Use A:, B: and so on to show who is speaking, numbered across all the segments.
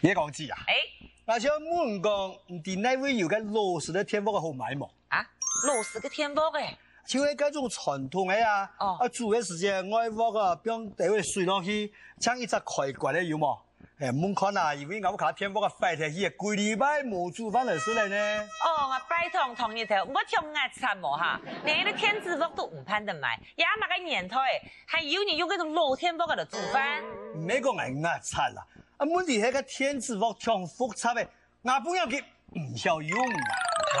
A: 野公子啊，
B: 哎，
A: 我想問講，唔知那位有個老式的天福嘅好買冇？
B: 啊，老是个天王哎，
A: 像係嗰種傳統嘅啊，
B: 哦
A: 啊煮嘅時間愛鍋個用地位水落去，像一隻開關嘅有冇？誒，唔看啊，因為我睇天福嘅快提起，貴禮拜冇煮飯嚟食嚟呢。
B: 哦，我拜托同你头，我听爱参谋哈，连个天子王都唔盼得买，也那个年头哎，还有人用那种老天王个来煮饭，
A: 唔係講係壓差啦，啊問題係個天子福強複雜嘅，牙本有佢唔曉用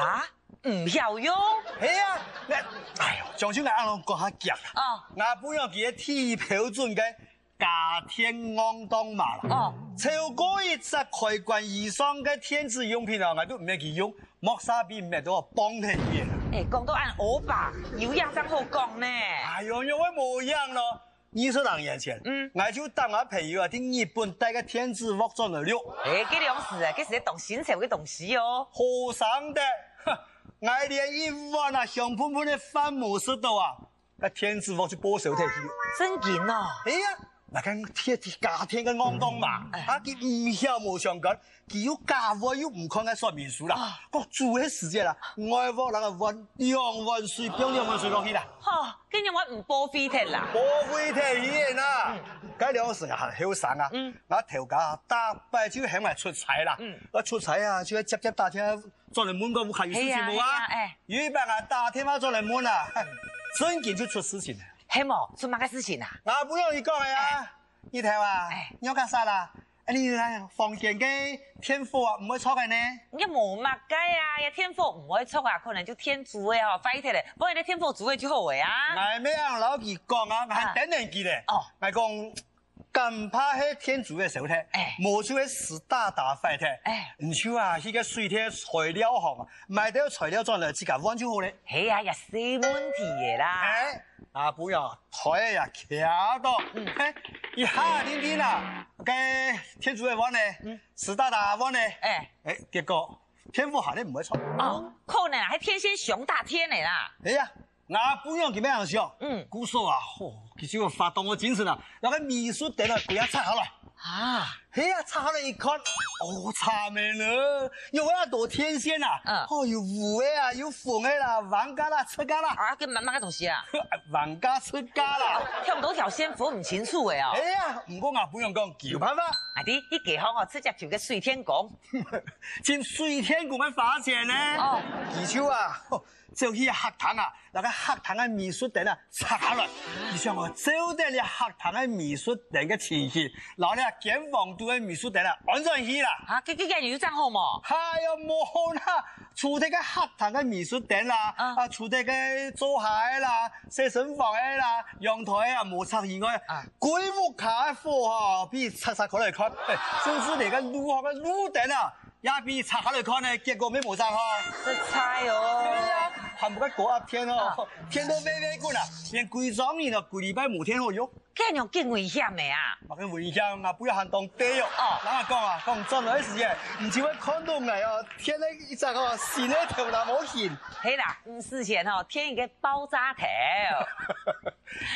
A: 啊。
B: 啊，唔晓用，
A: 係啊，你哎呦，上次我阿龍講下啊夾啦。
B: 哦
A: 我本要佢鐵標準嘅家天安當嘛啦。
B: 哦，
A: 超過一隻開關以上嘅天子用品啊，我都唔係佢用，莫沙比唔係都幫佢嘅。
B: 哎，讲到俺欧巴，有样真好讲呢，
A: 哎呦，因為模樣咯。二十多年前，
B: 嗯
A: 我就帶我朋友啊，啲日本帶個天子服裝嚟了。
B: 哎，这两事啊，这是在动新潮的东西哦，
A: 好省的，哼我连一碗啊香喷喷的饭冇食到啊，那天子我去保守睇去。
B: 真劲哦。
A: 哎呀，那个天家天嘅安东嘛，
B: 嗯
A: 啊佢唔晓冇上緊，佢有家伙又唔看嘅說明書
B: 啊
A: 啦，我做嘅時間啦，外國那個碗兩碗水冰兩碗水落去啦，
B: 哈，今日我唔播飞踢啦。
A: 我會睇戲啦。嗰兩時啊後生啊
B: 嗯，
A: 我頭家打拜就喺埋出差啦
B: 嗯，
A: 我出差啊就要接接打聽做人滿個係有事情冇
B: 係啊係
A: 啊
B: 啊哎？
A: 預備啊打電話做人滿啊，瞬間就出事情啦。
B: 黑毛出乜嘅事情啊？
A: 我不用你講嘅啊，你睇話
B: 哎
A: 你要幹啥啦？啊你睇房間嘅天賦啊，唔會錯嘅呢。
B: 你冇乜嘅啊，呀天赋唔會出啊，可能就天主嘅哦，快啲咧，不過你天赋主嘅就好嘅啊。
A: 我哎咩人老佢講啊，我係等人記咧。
B: 哦
A: 我講近排係天主嘅手睇
B: 哎，
A: 冇出嘅四大大塊睇。
B: 哎
A: 唔少啊，呢個水貼材料行啊，買到材料裝嚟自家揾就好咧。
B: 係啊，也是問題嘅啦。
A: 哎，阿本呀，台呀，徛到，
B: 嗯
A: 哎，一下點點啦，該天主嘅碗呢，四大大碗呢，
B: 嗯哎，
A: 哎，結果天父下咧唔會錯。
B: 哦，可能啊，係天仙熊大天嚟啦。
A: 哎呀，阿本樣佢咩樣想？
B: 嗯
A: 古說啊，哦，佢只要發動我精神啊，那個秘書等啊，佢一插下來，
B: 啊，
A: 嘿呀，插下來一看，哦，差咩了？有啊，多天仙啊，
B: 嗯
A: 哦，有五嘅啊，有鳳嘅啦，玩家啦，出家啦，
B: 啊，跟乜乜嘅東西啊，
A: 玩家出家啦。
B: 聽到條仙符唔清楚嘅哦。
A: 哎呀，唔過牙本樣講叫辦法，
B: 啊啲，呢幾項我出隻條嘅水天講，
A: 真水天咁樣花錢呢。
B: 哦
A: 而且啊，吼就去黑糖啊，那個黑糖嘅秘術店啊，拆下來，而且我就得你黑糖嘅秘術店嘅前去，然後咧檢房都嘅秘術店啊，安上去啦。
B: 啊，佢佢人要真好冇？
A: 哎呀，冇啦！除啲嘅黑糖嘅秘術店啦，
B: 啊
A: 啊，除啲嘅租鞋啦、洗身房嘅啦、陽台啊，冇拆以外
B: 啊，
A: 鬼屋卡貨啊，比拆拆佢嚟看，哎甚至嚟嘅路學嘅路頂啊，也比拆下嚟看呢，結果咩冇拆開。
B: 出差
A: 對
B: 哦。
A: 呀，含不個狗鴨天
B: 啊
A: 哦，天都飛飛滾啊，連鬼裝你咯，鬼禮拜冇天好用，
B: 咁樣幾危險嘅啊！
A: 或者回家啊不要行當地哦。
B: 哦
A: 哪個講啊，講真嗰時嘅，唔似我看到嚟哦，天咧一隻哦，線咧條那冇線，
B: 嘿啦，嗯，事前哦，添一个爆炸头，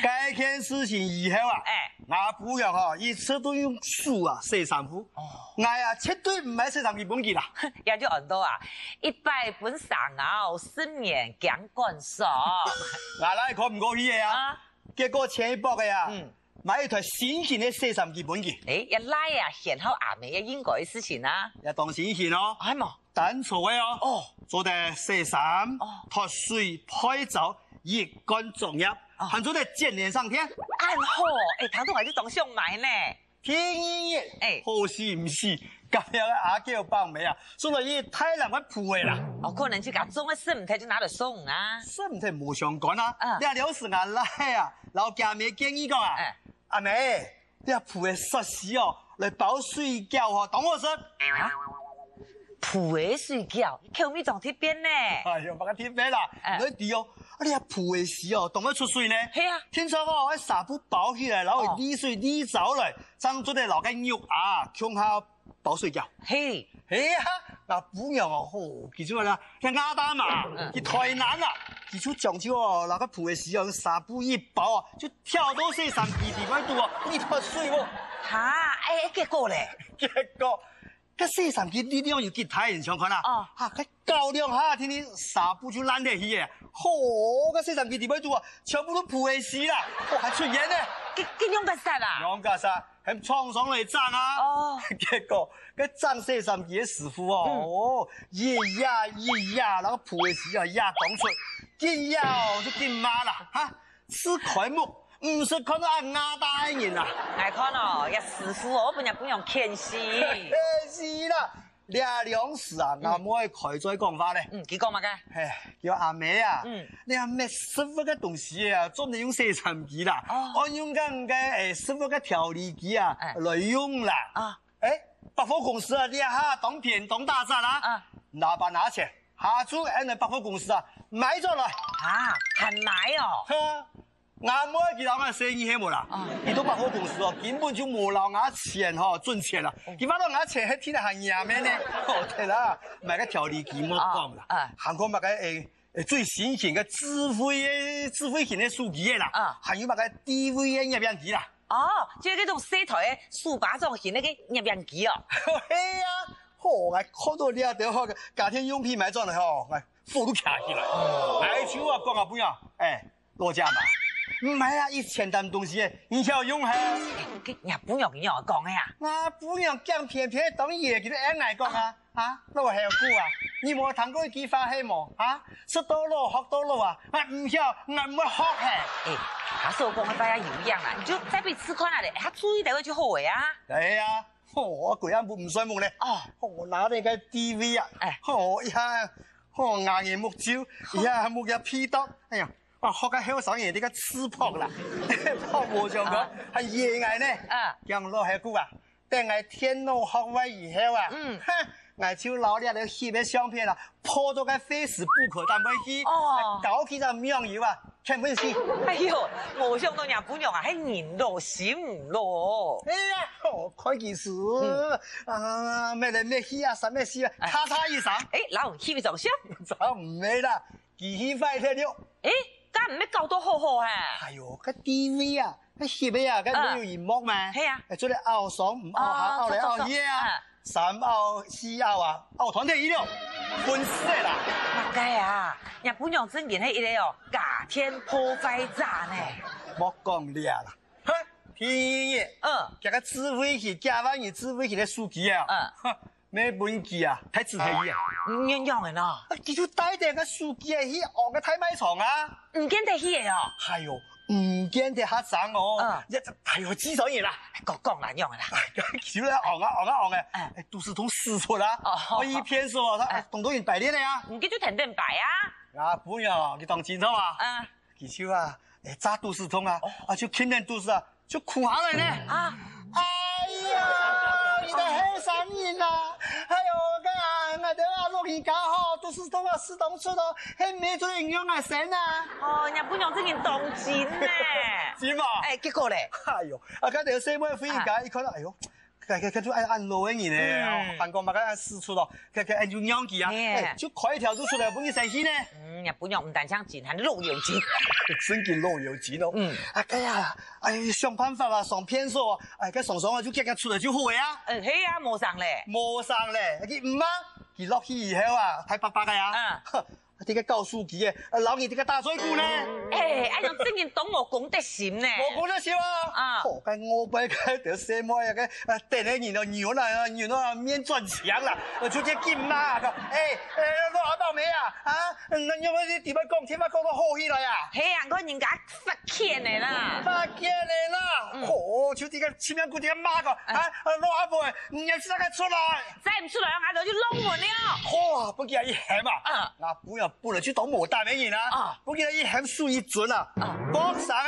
A: 該件事情以後啊，
B: 哎
A: 我不要哦，一次都用樹啊洗衫褲，我啊絕對唔買洗衫日本機 啦。
B: 也就很多啊，一百本上熬，失眠强干爽，
A: 我拉看唔過去嘅啊
B: 啊，
A: 結果前一波嘅啊
B: 嗯，
A: 買一台新型嘅洗衫日本機，
B: 诶，一拉啊，然后阿美嘅英國嘅事情啊，
A: 也當新型咯。
B: 哎嘛，
A: 哦等坐位哦，
B: 哦，
A: 做啲洗衫
B: 哦、
A: 脱水、拍照、熱干重入，
B: 哦
A: 還做啲接連上天，
B: 安哎好，诶，唐同我就当想买呢，
A: 天意熱，
B: 哎
A: 好事唔是，今日阿叫包尾啊，所以伊太難我鋪嘅啦，
B: 我哦可能去搞中嘅事唔睇就拿嚟送啊，
A: 身體冇相干啊
B: 嗯，
A: 你阿有時阿拉啊，老家妹建議講啊
B: 哎，
A: 阿妹，你阿鋪嘅濕死哦，嚟包水餃哦，當我食，
B: 啊蒲嘅睡覺，口味仲贴边呢，
A: 哎呦，把個天飛啦
B: 哎，
A: 你啲哦，啊你阿鋪嘅屎哦，當我出水呢？
B: 嘿啊，
A: 天窗哎我喺纱布包起来，然
B: 哦
A: 后沥水沥走嚟，争咗啲留緊肉啊，冲下包水饺。
B: 嘿，
A: 嘿啊，嗱本人哦，好，其實啦，你亞丹嘛，
B: 嗯
A: 你台南啊，其實講起哦，那個蒲嘅時候纱布一包啊，就跳到四三地地方度啊，你脱水喎，
B: 哈，诶，结果咧，
A: 結果搿四三级力量有几大人想看啦？
B: 哦
A: 哈，搿高粱哈，天天纱布就烂得去嘅，啊吼，搿四三级地位度啊，全部都铺会死啦，哦，还出现呢，
B: 给给两个杀啊！
A: 杨家啥，还创伤来涨啊！
B: 哦，
A: 结果搿张三三几的师傅
B: 嗯
A: 哦，哦，一呀一呀，那个蒲的时候呀讲出，见呀哦就见妈啦，哈，是开幕，唔是看到阿亚大的人啊，
B: 爱看哦，呀师傅哦，我本来不想看戏。
A: 嘿哎是啦，俩两时啊，阿妹开嘴讲话咧。
B: 嗯，佮讲嘛个？
A: 哎，叫阿妹啊，
B: 嗯
A: 你阿妹师傅嘅东西啊，专门用四三机啦，
B: 哦
A: 我用呃緊嘅诶师傅嘅调理机啊
B: 哎
A: 来用啦。
B: 啊，
A: 哎，百货公司啊，你哈当片当大战啊，
B: 啊
A: 拿把拿钱，下次俺来百货公司啊买咗来，
B: 啊，喊埋哦。
A: 哈，俺妹佢老俺生意系冇啦
B: 啊，
A: 佢到百货公司哦，根本就冇留俺钱吼，准钱啦，
B: 哦
A: 佢翻到俺钱喺天下廿 咩呢？好睇啦，买个调理机我讲
B: 啊啊
A: 啦，行过买个诶。诶最新型嘅智慧嘅智慧型嘅手机嘅啦，
B: 啊
A: 还有买个 DV 嘅摄像机啦，
B: 哦，就係嗰種四台嘅數把種型那個入樣機哦。
A: 嘿哎呀、好，我看到你啊，得好个家庭用品买转了吼，哎，火都卡起来。哎，像我讲啊，不要，哎，落价嘛，唔买啊，一千单东西，你要用嘿。
B: 佮日本人人講嘅呀。
A: 啊，不要讲偏偏当夜给你俺来讲啊，啊，那我还要顾啊，你冇谈过几番黑冇啊？说多咯，学多咯啊，我唔晓，我唔学嘿。
B: 誒，下次我講嘅大家有樣啦，你就再俾試看下咧，哎他注意到就好嘅啊。
A: 哎呀，我鬼样不唔算梦咧。
B: 哦，
A: 我拿那个 DV 啊，
B: 哎
A: 哦呀，哦硬眼目睭，哎呀木呀皮刀，哎呀，啊学个好上眼这个刺破啦， 破无上
B: 啊
A: 个，还野眼呢，
B: 啊，
A: 讲落下句啊，等我天龙学位以后啊，
B: 嗯
A: 哼。我就老了了翕的相片啦，啊破到个 Facebook 上面去，
B: 哦
A: 搞起只网友啊，看不起。
B: 哎呦，我想到日本人啊，係人路心唔路。
A: 哎呀，哦，会计师啊，咩来咩去啊，什么事啊，
B: 嗯哎
A: 咔嚓一声。
B: 誒，老人去咪上相？
A: 咱唔咩啦，其起快睇了。
B: 誒，哎咁唔咩教到好好啊？
A: 哎呦，個 DV 啊，個翕嘅啊，
B: 啊
A: 咁沒有熒幕嘛。哎
B: 係啊，哦
A: 做嚟拗爽唔拗下，拗嚟拗去啊，三拗四拗啊，拗團體一了，分死啦！
B: 乜解啊？日本人真係一個哦，假天破壞者呢。
A: 莫講你啊啦，哼，天爷，
B: 嗯，
A: 這個智慧器，加翻你智慧器嘅手機啊，哼，咩本機啊，太自黑啊，
B: 唔樣樣嘅喏，
A: 啊，佢就帶定個手機去學個太賣床啊。
B: 唔見得起嘅哦。
A: 哎呦，唔驚啲黑省我
B: 啊，
A: 一係我知所以啦。
B: 各講難樣嘅啦。
A: 起来昂啊昂啊昂哎！
B: 哎
A: 哎，杜思彤试错了
B: 哦
A: 啊，我一偏说他
B: 哎
A: 哎董导演摆脸了呀。
B: 唔記得停定擺啊。
A: 啊，不要，你当真头啊？
B: 啊
A: 其实啊，哎，扎杜思彤啊，
B: 哦
A: 啊就看见杜思啊，就哭下来呢。
B: 啊！
A: 哎呀，你的黑三人啊！哎呦，个我的啊老人家吼，杜思彤啊，思彤出到很没做营养啊神啊，
B: 哦，日本人真係當真呢。 哎
A: 是嘛？
B: 誒，結果咧，
A: 哎呦，啊，嗰條細妹忽然間，伊看到，哎呦，佢佢佢都按按路嘅人哦咧
B: 嗯，
A: 韓國咪咁試出咯，佢佢按住樣機啊，
B: Yeah
A: 哎就開條都出嚟，本佢神 仙呢，
B: 嗯，日本人唔但想錢，還路有錢。
A: 真見路有錢咯。
B: 嗯，
A: 啊，哎呀，哎，想辦法啊，想偏數啊，哎，佢爽爽啊，就夾夾出嚟就好嘅啊，
B: 誒，係啊，冇上咧。
A: 冇生咧，佢唔啊，佢落去以後啊，睇白白嘅啊
B: 啊，
A: 哼點解教書機嘅，啊老二點解打水鼓呢？
B: 誒，哎呀，真係懂我講得閃呢。
A: 我講得少啊！
B: 啊
A: 啊，我嘅我俾佢條細妹啊，嘅啊，第二年就牛啦，牛啦面轉強啦，我出去啊見媽個，誒誒，我哎阿爸咩啊？啊，那你咪點樣講？點解講到好起來啊？
B: 係啊，我人家發現的啦。
A: 發見你啦！哦，就點解前面嗰點媽個啊？我阿爸唔要識得出來。
B: 再唔出來，我就去弄門了。
A: 哇！不見一喊嘛，
B: 啊
A: 啊，我本人本來去當無大美人啊，
B: 啊
A: 啊，不見一喊輸一準啊
B: 啊，
A: 講啥啊？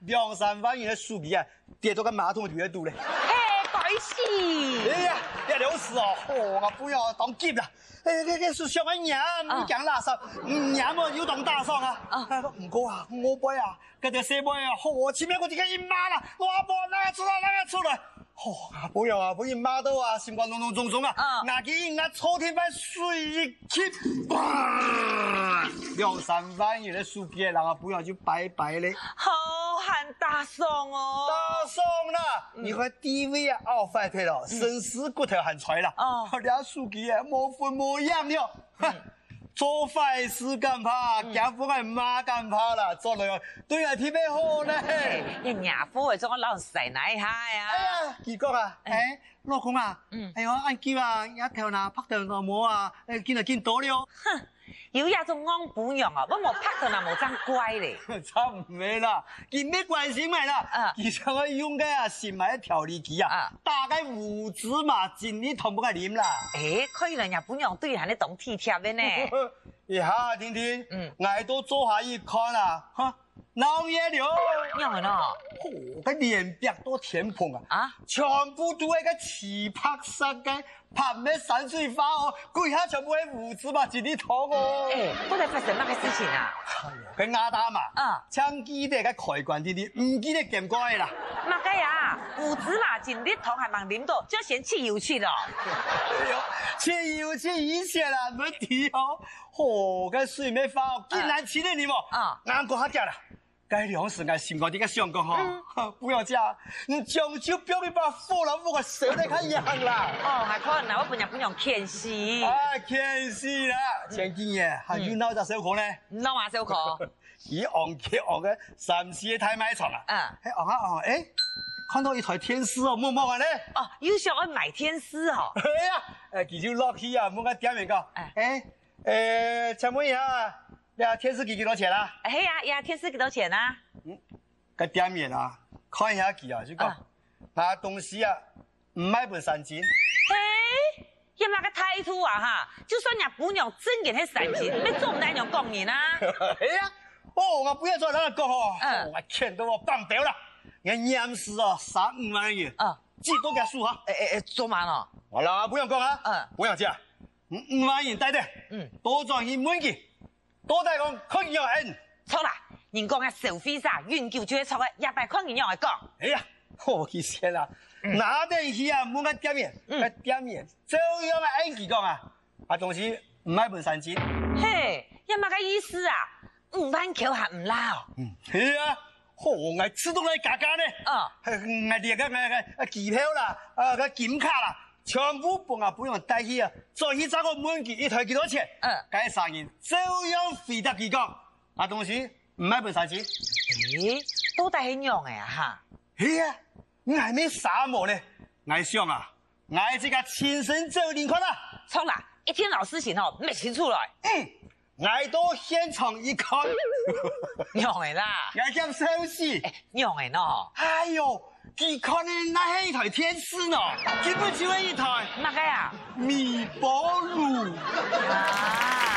A: 兩三萬元嘅輸皮啊，跌到個馬桶裏度咧。
B: 嘿，改事。
A: 哎呀，一了事哦，哦，我不要当急啦。哎，这这是小个娘，唔讲垃圾，唔娘嘛要当大上啊。啊，唔过啊，我妹啊，搿条细妹啊，好，前面我这个姨妈啦，我阿婆哪个出来哪个出来。哦，不要啊，不要妈到啊，心肝隆隆肿肿啊，牙齿牙抽天板水一吸，啊两三万元的树皮，然后不要就拜拜嘞。
B: 好哈，喊大宋哦。
A: 大宋啦，
B: 嗯
A: 你看地位啊，傲翻退了，身世骨头很脆了，
B: 哦嗯
A: 人家书记啊，没分没样了，哼 做坏事敢怕，讲不爱妈敢怕啦，做了对人特别好呢。
B: 哎你娘夫会做我老奶奶下
A: 哎
B: 呀？
A: 呀，结果啊，哎，老公啊
B: 嗯，
A: 哎呦，俺叫啊，一头呐拍头那毛啊，哎，见啊见多了，
B: 有也做昂姑娘哦，我冇拍到那冇张乖嘞。
A: 差唔多啦，见咩关心咪啦
B: 啊，
A: 其实我用嘅啊，是买调理机啊
B: 啊，
A: 大概五指嘛，尽力同不个念啦。
B: 诶，可以啦，日本人对人咧懂体贴的呢。
A: 一下听听，嗯
B: 嗯，
A: 挨到做下一看啊，哈，老爷了，
B: 娘咯，
A: 哦个脸壁都填碰啊，
B: 啊，
A: 全部都系个奇葩色嘅，拍咩山水花哦，跪下全部系胡子嘛，一啲糖哦，
B: 诶，到底发生乜嘅事情啊？
A: 佢亚打嘛，啊
B: 啊，
A: 枪机都系个开关啲啲，唔记得见过的啦，
B: 乜嘅呀？胡子嘛，前日同还忙点到，就嫌弃油去了。
A: 哎呦，切有切一切啦，没提哦，哦个水咩花哦，竟然吃了你冇，啊
B: 啊，
A: 俺过下家啦。该粮食俺心肝底个想讲吼，不要这样，你将就表你把火了，我个舌头看痒啦。
B: 哦，还可能啊，我本日本人欠死，
A: 啊，天死啦！前几年还有哪只小可呢？
B: 老马啊小可，
A: 伊昂起昂个三四个太买床啊，
B: 嗯，
A: 哎昂啊昂，哎，看到一台天丝哦，摸摸个呢。
B: 哦，又想要买天丝哦，
A: 哎呀，哎，佢就落去啊，摸个点面个。
B: 哎
A: 哎，呃，请问一下，那天丝几几多钱啊啦？
B: 嘿呀呀，天丝几多钱啊？
A: 个店面啊，看一下佢啊，就
B: 啊
A: 讲，那东西啊，唔买本三斤，
B: 嘿，一马个态度啊哈，就算日本人真嘅系神钱，你做唔得人讲人啊？
A: 哎呀，哦，我不要做那个讲哦，
B: 嗯
A: 我欠到我半表啦，人严师啊，三五万元，
B: 啊，
A: 几多给数哈，
B: 诶诶诶，做嘛咯？
A: 好啦，不用讲啊，
B: 嗯
A: 不用讲，五五万元带的，
B: 嗯
A: 多赚一门去，多带讲可以要恩，
B: 错啦，人讲嘅小飞啥，运球就会错嘅，一百块人让我讲。
A: 哎呀，我啊去先啦，哪等去啊，冇个店面，
B: 嗯
A: 个店面，这样的恩几讲啊，啊东西唔买本三斤。
B: 嘿，有乜嘅意思啊？五万球还唔拉哦？
A: 嗯，系啊，哦，我自动来加价呢，哎
B: 哦，
A: 我列个我我机票啦，啊个金卡啦，全部帮我不用带去啊，再去找个门机一台几多钱？
B: 嗯
A: 该啥人照样回答佢讲，啊东西唔买本啥钱？
B: 诶、都带起娘嘅啊哈？
A: 系啊，我还没啥么呢？我想啊，我这个亲身走你看啦。
B: 错啦，一天老事情哦，没清楚来，
A: 嗯，我到现场一看，我
B: 娘嘅啦，
A: 咁收视。
B: 娘嘅喏。
A: 哎呦，你看呢，那是一台电视呢，根本就是一台
B: 乜嘅啊？
A: 米波炉。
B: 啊！